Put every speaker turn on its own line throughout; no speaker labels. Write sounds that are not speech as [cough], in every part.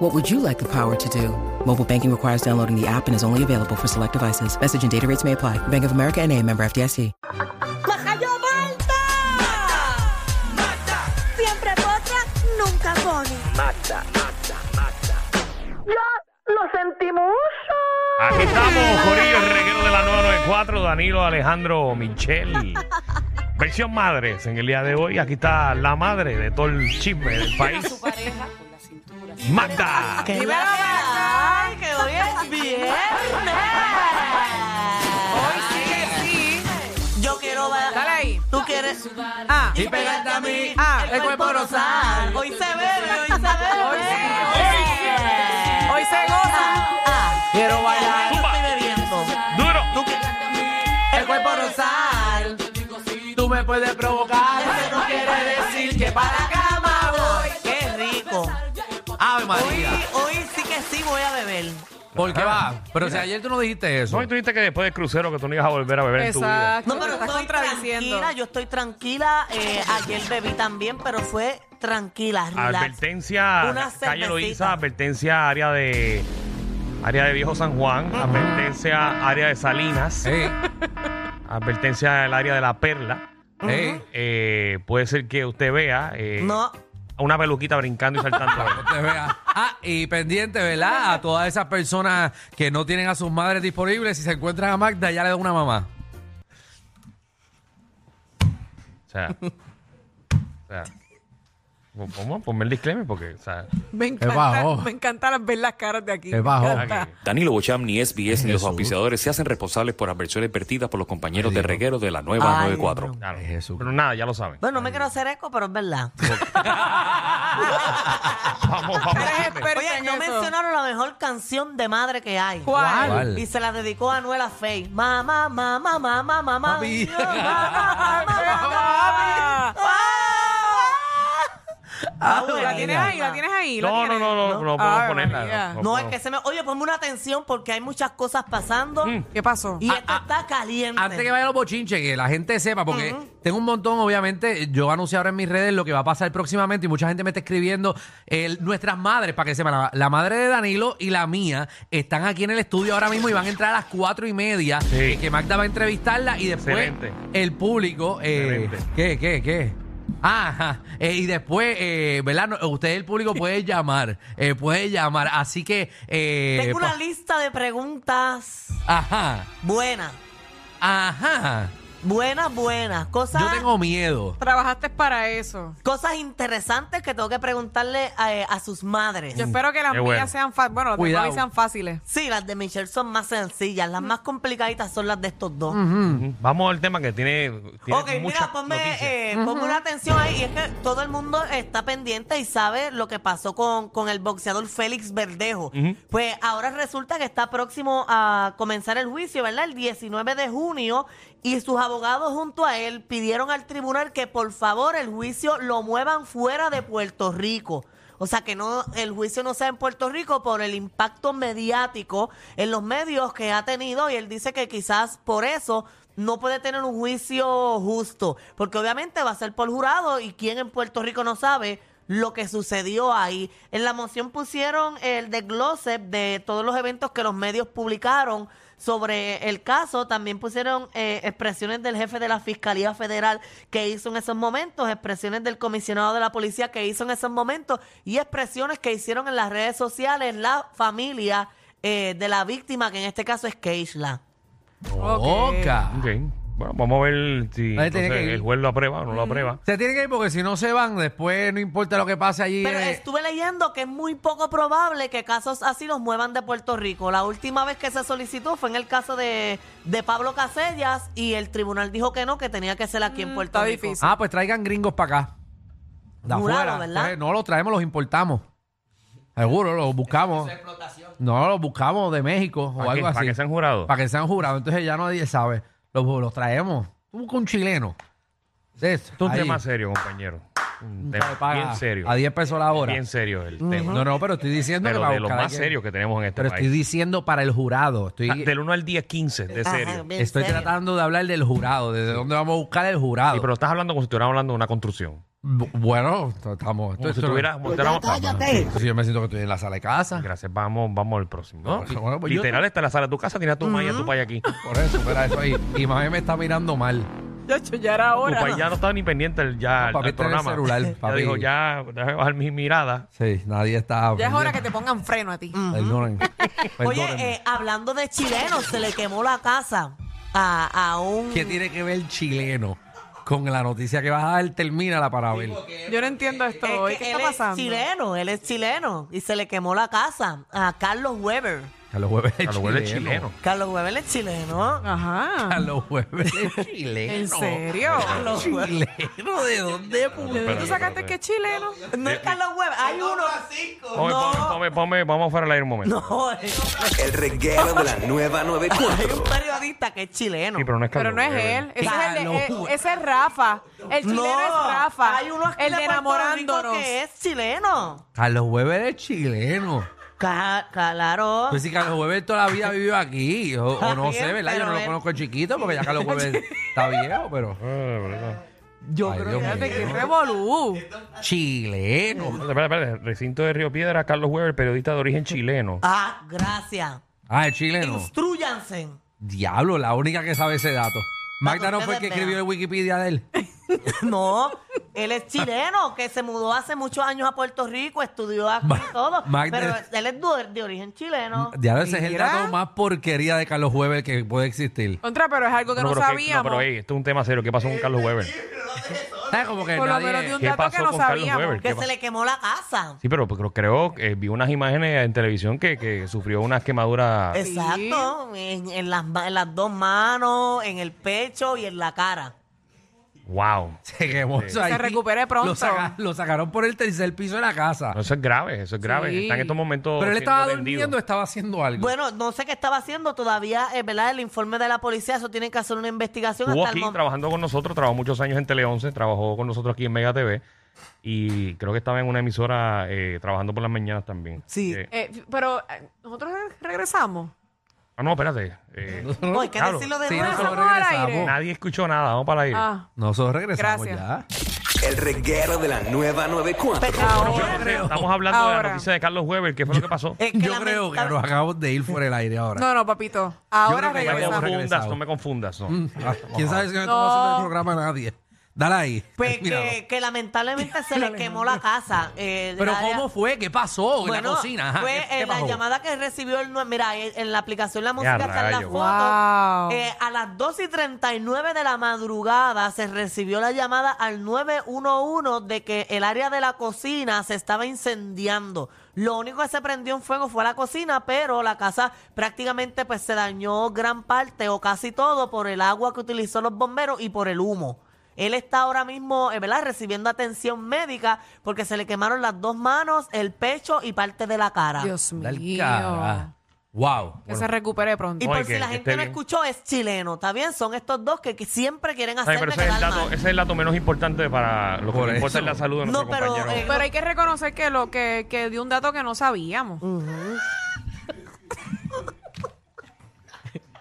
What would you like the power to do? Mobile banking requires downloading the app and is only available for select devices. Message and data rates may apply. Bank of America and a member FDIC.
¡Majayo Malta! ¡Mata! ¡Mata! Siempre potra, nunca pone.
Aquí estamos, Corillo, el reguero de la 994, Danilo Alejandro Michel. Versión madres en el día de hoy. Aquí está la madre de todo el chisme del país.
pareja con la cintura.
Magda.
[laughs] ¡Ay, que hoy es viernes! Hoy sí que sí. Yo quiero bailar. Dale ahí. Tú quieres. Ah, y pegarte a mí. Ah, el cuerpo rosado. Hoy se bebe, hoy se bebe. Hoy se Hoy se goza. Quiero bailar.
Zumba.
Estoy bebiendo.
Duro.
Tú que- El cuerpo rosado.
Tú me puedes provocar.
Eso no quiere decir que para la cama voy. ¡Qué rico!
Ave
Hoy, Ah.
María.
hoy sí que sí voy a beber.
¿Por qué va? Pero si ayer tú no dijiste eso.
No, y tú dijiste que después del crucero que tú no ibas a volver a beber en tu vida.
No, pero estoy tranquila, yo estoy tranquila. Eh, ayer bebí también, pero fue tranquila, relax.
Advertencia,
Una
calle
cervecita.
Loiza, advertencia área de área de Viejo San Juan, advertencia área de Salinas,
Eh.
Ey,
advertencia del área de La Perla.
ey,
Eh, puede ser que usted vea eh,
No,
a una peluquita brincando y saltando.
no te veas. Ah, y pendiente, ¿verdad? A todas esas personas que no tienen a sus madres disponibles, si se encuentran a Magda, ya le da una mamá.
O sea, o sea pon- pon- ponme el disclaimer porque, o sea,
Me encanta,
bajo.
me encanta las- ver las caras de aquí.
Es bajo.
Me encanta.
¿verdad que-
Danilo Bocham, ni SBS, ni los
Jesús.
auspiciadores se hacen responsables por adversiones vertidas por los compañeros de
Bendito.
reguero de la nueva
Ay,
94.
no.
claro.
Ay, Jesús.
Pero nada, ya lo saben.
bueno, no me quiero hacer eco, pero es
[laughs]
verdad.
[laughs] Vamos, vamos.
Eres
dime.
experta
Oye,
en
no
eso.
mencionaron la mejor canción de madre que hay.
¿Cuál?
¿Cuál?
Y se la dedicó a Anuela Fey. Mamá, mamá, mamá, mamá, mamá.
Mami. [laughs]
Mamá, mamá, mamá.
Ah,
Ah,
la tienes ahí, la tienes ahí. la
No, no,
tienes.
no, no, no, no
Ay,
podemos ponerla.
María.
no,
No, es
puedo.
que se me... Oye, ponme una atención porque hay muchas cosas pasando
¿Qué pasó?
y esto está caliente.
Ah, Antes que vayan los bochinches, que la gente sepa, porque tengo un montón, obviamente, yo anuncié ahora en mis redes lo que va a pasar próximamente y mucha gente me está escribiendo. eh, nuestras madres, para que sepan, la, la madre de Danilo y la mía están aquí en el estudio ahora mismo y van a entrar a las cuatro y media,
Sí.
eh, que Magda va a entrevistarla y después
Excelente.
el público... eh,
Excelente.
¿Qué, qué, qué? Ajá, eh, y después, eh, ¿verdad? No, usted, el público,
[laughs]
puede llamar, eh, puede llamar, así que... eh,
Tengo una
pa-
lista de preguntas
Ajá,
buenas,
ajá,
buenas, buenas. Cosas,
yo tengo miedo.
Trabajaste para eso.
cosas interesantes que tengo que preguntarle a, eh, a sus madres.
Yo espero que las
Qué
mías
bueno.
sean fáciles. Bueno, las de
Cuidado.
Bobby sean fáciles.
Sí, las de Michelle son más sencillas, las más complicaditas son las de estos dos.
Ujú. Vamos al tema que tiene, tiene
Ok,
muchas
mira, ponme,
noticias.
eh, ponme una atención ahí. Y es que todo el mundo está pendiente y sabe lo que pasó con, con el boxeador Félix Verdejo. Pues ahora resulta que está próximo a comenzar el juicio, ¿verdad? El 19 de junio. Y sus abogados junto a él pidieron al tribunal que por favor el juicio lo muevan fuera de Puerto Rico. O sea, que no el juicio no sea en Puerto Rico por el impacto mediático en los medios que ha tenido y él dice que quizás por eso no puede tener un juicio justo, porque obviamente va a ser por jurado y quien en Puerto Rico no sabe lo que sucedió ahí. En la moción pusieron el desglose de todos los eventos que los medios publicaron sobre el caso. También pusieron eh, expresiones del jefe de la Fiscalía Federal que hizo en esos momentos, expresiones del comisionado de la policía que hizo en esos momentos y expresiones que hicieron en las redes sociales la familia eh, de la víctima, que en este caso es Keishla.
Ok.
Oca.
Ok. Bueno, vamos a ver si
Ahí tiene
entonces,
que ir.
el juez lo aprueba o no lo aprueba.
Se tienen que ir porque si no se van, después no importa lo que pase allí.
Pero
eh,
estuve leyendo que es muy poco probable que casos así los muevan de Puerto Rico. La última vez que se solicitó fue en el caso de, de Pablo Casellas y el tribunal dijo que no, que tenía que ser aquí en Puerto
Mm, está
Rico.
difícil.
Ah, pues traigan gringos para acá. De
Jurado,
afuera.
¿verdad?
Entonces, no los traemos, los importamos. Seguro, los buscamos. No, los buscamos de México o
¿Para,
algo
qué?
así.
¿Para que sean jurados?
Para que sean jurados. Entonces ya nadie sabe. Los, los traemos. Tú busca un chileno. De eso,
Esto es un
ahí.
tema serio, compañero. Un
Te
tema
paga
bien serio.
A 10 pesos la hora.
Bien serio el tema.
No, no, pero estoy diciendo
Pero
que para
de los
buscar a
más
alguien-
serios que tenemos en este
Pero estoy
país.
diciendo para el jurado. Estoy,
Ah, Del 1 al 10, 15, de
Ajá,
serio.
bien
estoy
serio.
tratando de hablar del jurado, desde dónde vamos a buscar el jurado.
Sí, pero estás hablando como si estuvieras hablando de una construcción.
Bu- Bueno, t- estamos.
Como
esto-
si
esto-
estuvieras como si estuviéramos-
Sí, yo me siento que estoy en la sala de casa.
Gracias, vamos, vamos al próximo. ¿no?
Bueno, bueno, pues yo-
Literal, está en la sala de tu casa, tienes a tu maya, tu paya aquí. Tu
Por eso, espera eso ahí. Y mami me está mirando mal.
Ya, hecho, ya era hora.
paya no estaba ni pendiente el- ya
No,
al-
papi,
al
está en el
programa.
celular,
Ya
papi.
digo, ya, déjame bajar mi mirada.
Sí, nadie está.
Ya es hora que te pongan freno a ti.
Perdonen.
[laughs]
Oye, eh, hablando de chilenos, se le quemó la casa a, a un...
¿Qué tiene que ver el chileno con la noticia que vas a dar? Termínala para ver.
Yo no entiendo esto
Mm. Es
hoy.
que
¿Qué
Eh, él
está pasando?
es chileno, él es chileno. Y se le quemó la casa a Carlos Weber.
Carlos Jueves es
A lo
chileno.
vuelve chileno.
Carlos Weber es chileno.
Ajá.
Carlos Jueves es chileno.
[laughs] ¿En serio?
Carlos Weber.
¿Chileno? ¿De dónde? puta?
¿De dónde tú sacaste que es chileno?
No es Carlos Weber, hay uno.
Ponme, ponme, ponme, ponme, vamos fuera al aire un momento.
No, es-
El reguero de la nueva
hay
94.
un periodista que es chileno.
Sí, pero no es
Pero
Carlos
no es
Weber.
él. Ese es, el,
Carlos
eh,
Weber.
ese es Rafa. El chileno
No,
es Rafa.
Hay uno aquí
el de
de Puerto Rico
enamorándonos.
que es chileno.
Carlos Jueves es chileno.
Ca- Claro.
Pues si Carlos Weber toda la
[laughs]
vida vivió aquí, o, o no
Está
sé,
bien,
¿verdad? Yo
pero
no lo
él-
conozco de chiquito porque ya Carlos
[laughs]
Weber está viejo, pero
Ah, verdad.
yo creo
Fíjate que revolú.
chileno.
Espera, espera, recinto de Río Piedra, Carlos Weber, periodista de origen chileno.
Ah, gracias.
Ah, es chileno.
Instruyanse.
Diablo, la única que sabe ese dato. Magda no fue el que
ustedes
escribió
vean.
el Wikipedia de él.
[laughs] No, él es chileno, que se mudó hace muchos años a Puerto Rico, estudió aquí
Ma-
y todo.
Magda-
Pero él es du- de origen chileno.
Diablo, ese es el
Mira.
dato más porquería de Carlos Weber que puede existir.
Contra, pero es algo que no,
pero que-
sabíamos.
pero hey, esto es un tema serio. ¿Qué pasó con Carlos Weber?
¿Sabes? Ah, Como que
Por lo
nadie-
menos de un
¿Qué
dato que
pasó
no
con Carlos
sabíamos.
Weber?
Que
¿Qué
se le quemó la casa.
Sí, pero pues, creo, creo que vi unas imágenes en televisión que, que sufrió unas quemaduras.
Exacto. En, en las, ma- en las dos manos, en el pecho y en la cara.
¡Wow!
se quemó eso ahí.
recupere pronto.
Lo, saca- lo sacaron por el tercer piso de la casa.
No, eso es grave, eso es grave.
Sí.
Está en estos momentos.
Pero él
siendo
estaba
atendido.
durmiendo, estaba haciendo algo.
Bueno, no sé qué estaba haciendo todavía, es verdad, el informe de la policía, eso tienen que hacer una investigación
Estuvo
hasta
aquí
el momento.
trabajando con nosotros, trabajó muchos años en Tele 11, trabajó con nosotros aquí en Mega TV y creo que estaba en una emisora eh, trabajando por las mañanas también.
Sí.
Eh,
Eh, pero eh, nosotros regresamos.
ah, no, espérate. eh,
No, hay que
Claro.
decirlo de
Sí,
nuevo.
nosotros
Vamos al aire.
regresamos.
nadie escuchó nada, vamos para ir.
Ah,
Nosotros regresamos
Gracias.
ya.
El reguero de la nueva 94.
Ahora,
Estamos hablando de la
Ahora.
noticia de Carlos Weber, ¿qué fue lo que pasó?
es que
Yo
lamenta-
creo que nos acabamos de ir fuera del aire ahora.
no, no, papito. Ahora
Yo creo que
No me
ya
regresamos.
vamos
confundas, no me confundas. no.
Ah, ¿Quién sabe si no estamos haciendo el programa a nadie? Dale ahí.
pues
[laughs] Míralo.
que, que lamentablemente se le quemó la casa. eh,
Pero
la-
¿cómo fue? ¿Qué pasó en la
Bueno,
cocina? Ajá,
fue
¿qué- qué
eh, la
pasó?
llamada que recibió el nue- Mira, eh, en la aplicación La Música está en la
rayos.
foto.
Wow.
Eh, a las 2 y 39 de la madrugada se recibió la llamada al 911 de que el área de la cocina se estaba incendiando. Lo único que se prendió en fuego fue la cocina, pero la casa prácticamente pues se dañó gran parte o casi todo por el agua que utilizó los bomberos y por el humo. Él está ahora mismo, eh, ¿verdad?, recibiendo atención médica porque se le quemaron las dos manos, el pecho y parte de la cara.
Dios
Dale,
mío.
cara. Wow.
Que se recupere pronto.
Y
Oye,
por
que-
si la
que
gente
esté
no
bien.
escuchó, es chileno, ¿está bien? Son estos dos que, que siempre quieren
Ay,
hacerme
pero ese es, el
quedar
dato,
mal.
ese es el dato menos importante para lo que
Por
nos
eso.
importa es la salud de
No,
nuestro
pero,
compañero.
eh,
Pero hay que reconocer que lo que, que dio un dato que no sabíamos.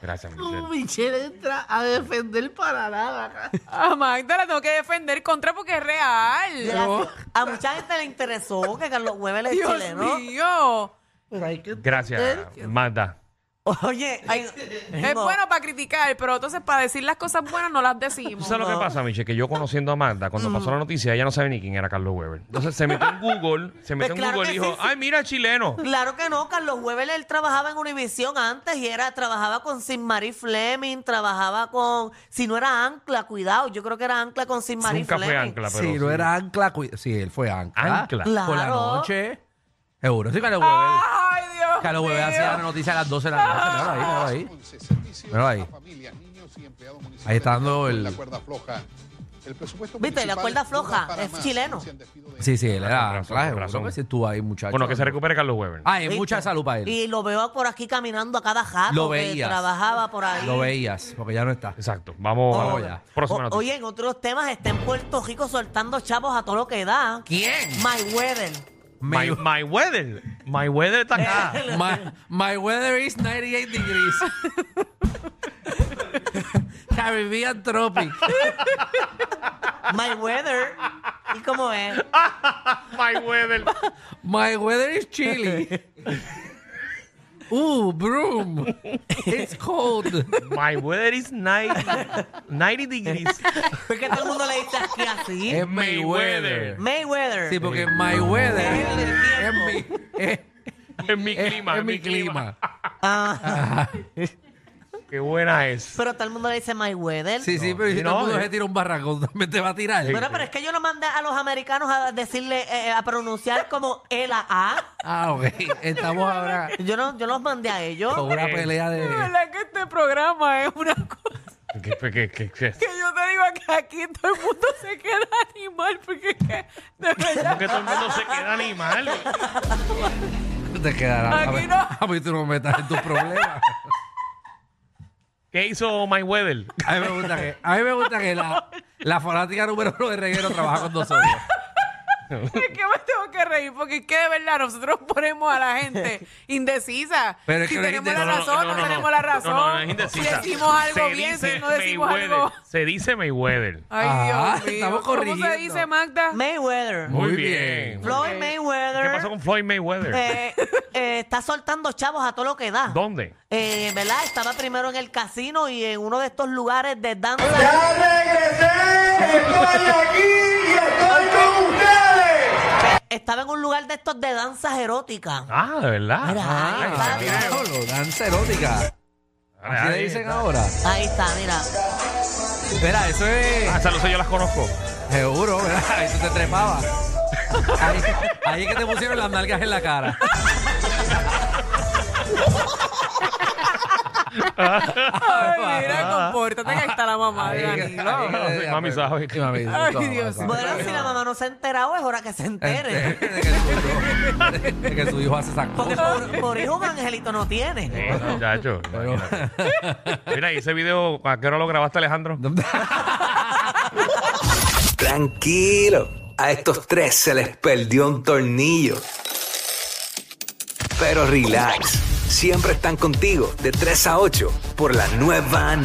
Gracias, Michelle.
Michelle entra a defender para nada.
[laughs] A Magda la tengo que defender contra porque es real.
Gracias. A mucha gente le interesó que Carlos Huevel es
Dios
chileno.
mío.
Pero hay que
Gracias, Magda.
Oye, ay,
Es
no.
bueno para criticar, pero entonces para decir las cosas buenas no las
¿Tú
decimos.
sabes lo que pasa, Michelle? Que yo conociendo a Magda, cuando pasó la noticia, ella no sabe ni quién era Carlos Weber. Entonces se metió en Google, se metió en
claro
Google y
que sí,
dijo,
sí.
ay, mira, chileno.
Claro que no, Carlos Huevel, él trabajaba en Univisión antes y era, trabajaba con Sin Marie Fleming, trabajaba con, si no era Ancla, cuidado, yo creo que era Ancla con Sin Marie
Nunca
Fleming.
fue ancla, pero
si no
sí.
era ancla, cui- si él fue ancla.
Ancla.
Por la
Claro. Ah,
noche. Seguro. Sí, Carlos Weber.
Ay, Dios.
Carlos Weber
mío.
hacía la noticia a las 12 de la noche. Míralo ahí, míralo ahí. Míralo ahí.
familias, niños y empleados municipales
Ahí está dando
con
el-
la cuerda floja El presupuesto
Viste, la
municipal
cuerda
es dura
floja,
para
es
más,
chileno.
anuncian despido de-
Sí, sí, él
Ah, con
era.
razón,
claro,
con razón.
creo que sí estuvo ahí, muchacho.
Bueno, que se recupere Carlos Weber.
Ah, es
¿Viste?
mucha salud para él.
Y lo veo por aquí caminando a cada jato.
Lo
que
veías.
Trabajaba por ahí.
Lo veías, porque ya no está.
Exacto. Vamos
Oh,
a
ya.
la próxima
O-
noticia.
oye, en otros temas está en Puerto Rico soltando chavos a todo lo que da.
¿Quién?
My weather.
My, my weather. My weather está [laughs] acá.
My, my weather is 98 degrees. Caribbean Tropic.
My weather. ¿Y cómo es?
my weather.
My weather is chilly. Ooh, broom. It's cold.
My weather is 90, 90
[laughs]
degrees.
Porque todo el mundo le dice aquí así.
[laughs] Eh,
Es my weather.
Mayweather.
Sí, porque my weather
Es
es
el
mi, es,
en mi
es-
clima.
es
en
mi clima.
Ah,
Qué buena es.
pero todo el mundo le dice my weather.
Sí, sí, pero si
No,
todo el mundo
eh.
se tira un barracón, también te va a tirar.
Bueno, pero es que yo no mandé a los americanos a decirle, eh, a pronunciar como el a A.
Ah, ok. Estamos ahora
Yo no, yo los mandé a ellos.
con una pelea
De
de...
verdad que este programa es una cosa
¿Qué, qué- qué- qué-
[laughs] que yo te digo que aquí todo el mundo se queda [laughs] animal porque es que, de
¿Por
verdad
qué todo el mundo se queda animal?
Te quedará.
Aquí
a ver,
no.
A mí tú no me metas en tus problemas.
¿Qué hizo My Weather?
A mí me gusta que, a mí me gusta que la, la fanática número uno de reguero trabaja con nosotros.
[laughs] es que me tengo que reír porque es que de verdad nosotros ponemos a la
[laughs]
gente indecisa.
Pero es
si
que no es
tenemos la
indecisa.
razón, no, tenemos la razón.
No, no, es indecisa.
Si decimos algo
Se
bien,
dice
si no decimos
Mayweather.
algo.
Se dice Mayweather.
Ay,
Ah,
Dios mío.
estamos
¿Cómo
corrigiendo.
se dice, Magda?
Mayweather.
Muy
Muy
bien.
bien.
Floyd Mayweather.
¿Qué pasó con Floyd Mayweather?
Eh, eh, está soltando chavos a todo lo que da.
¿Dónde?
Eh, ¿Verdad? Estaba primero en el casino y en uno de estos lugares de danza. Eh, Estaba en un lugar de estos de danzas eróticas.
Ah, de verdad.
Mira,
Ah,
ahí está.
Diablo, danza erótica.
ahí
Así le dicen ahora.
Ahí está, mira.
Espera, eso
Ah,
es.
esas luces yo las conozco.
Seguro, ¿verdad? Ahí tú te trepabas. Ahí, ahí es que te pusieron las nalgas en la cara.
Ay, mira, compórtate que ahí está la mamá de
Ahí-
Danilo.
ahí es que-
Y mami sabe.
Y mami sabe,
Ay,
todo,
Dios
sabe.
Bueno, si la mamá no se ha enterado, es hora que se entere.
[laughs] De que su hijo- de que su hijo hace esas
Porque
cosas.
por, por hijo un angelito no tiene.
Eh, muchacho. Mira, y ese video, ¿a qué hora lo grabaste, Alejandro?
Tranquilo, a estos tres se les perdió un tornillo. Pero relax, siempre están contigo de 3 a 8 por la nueva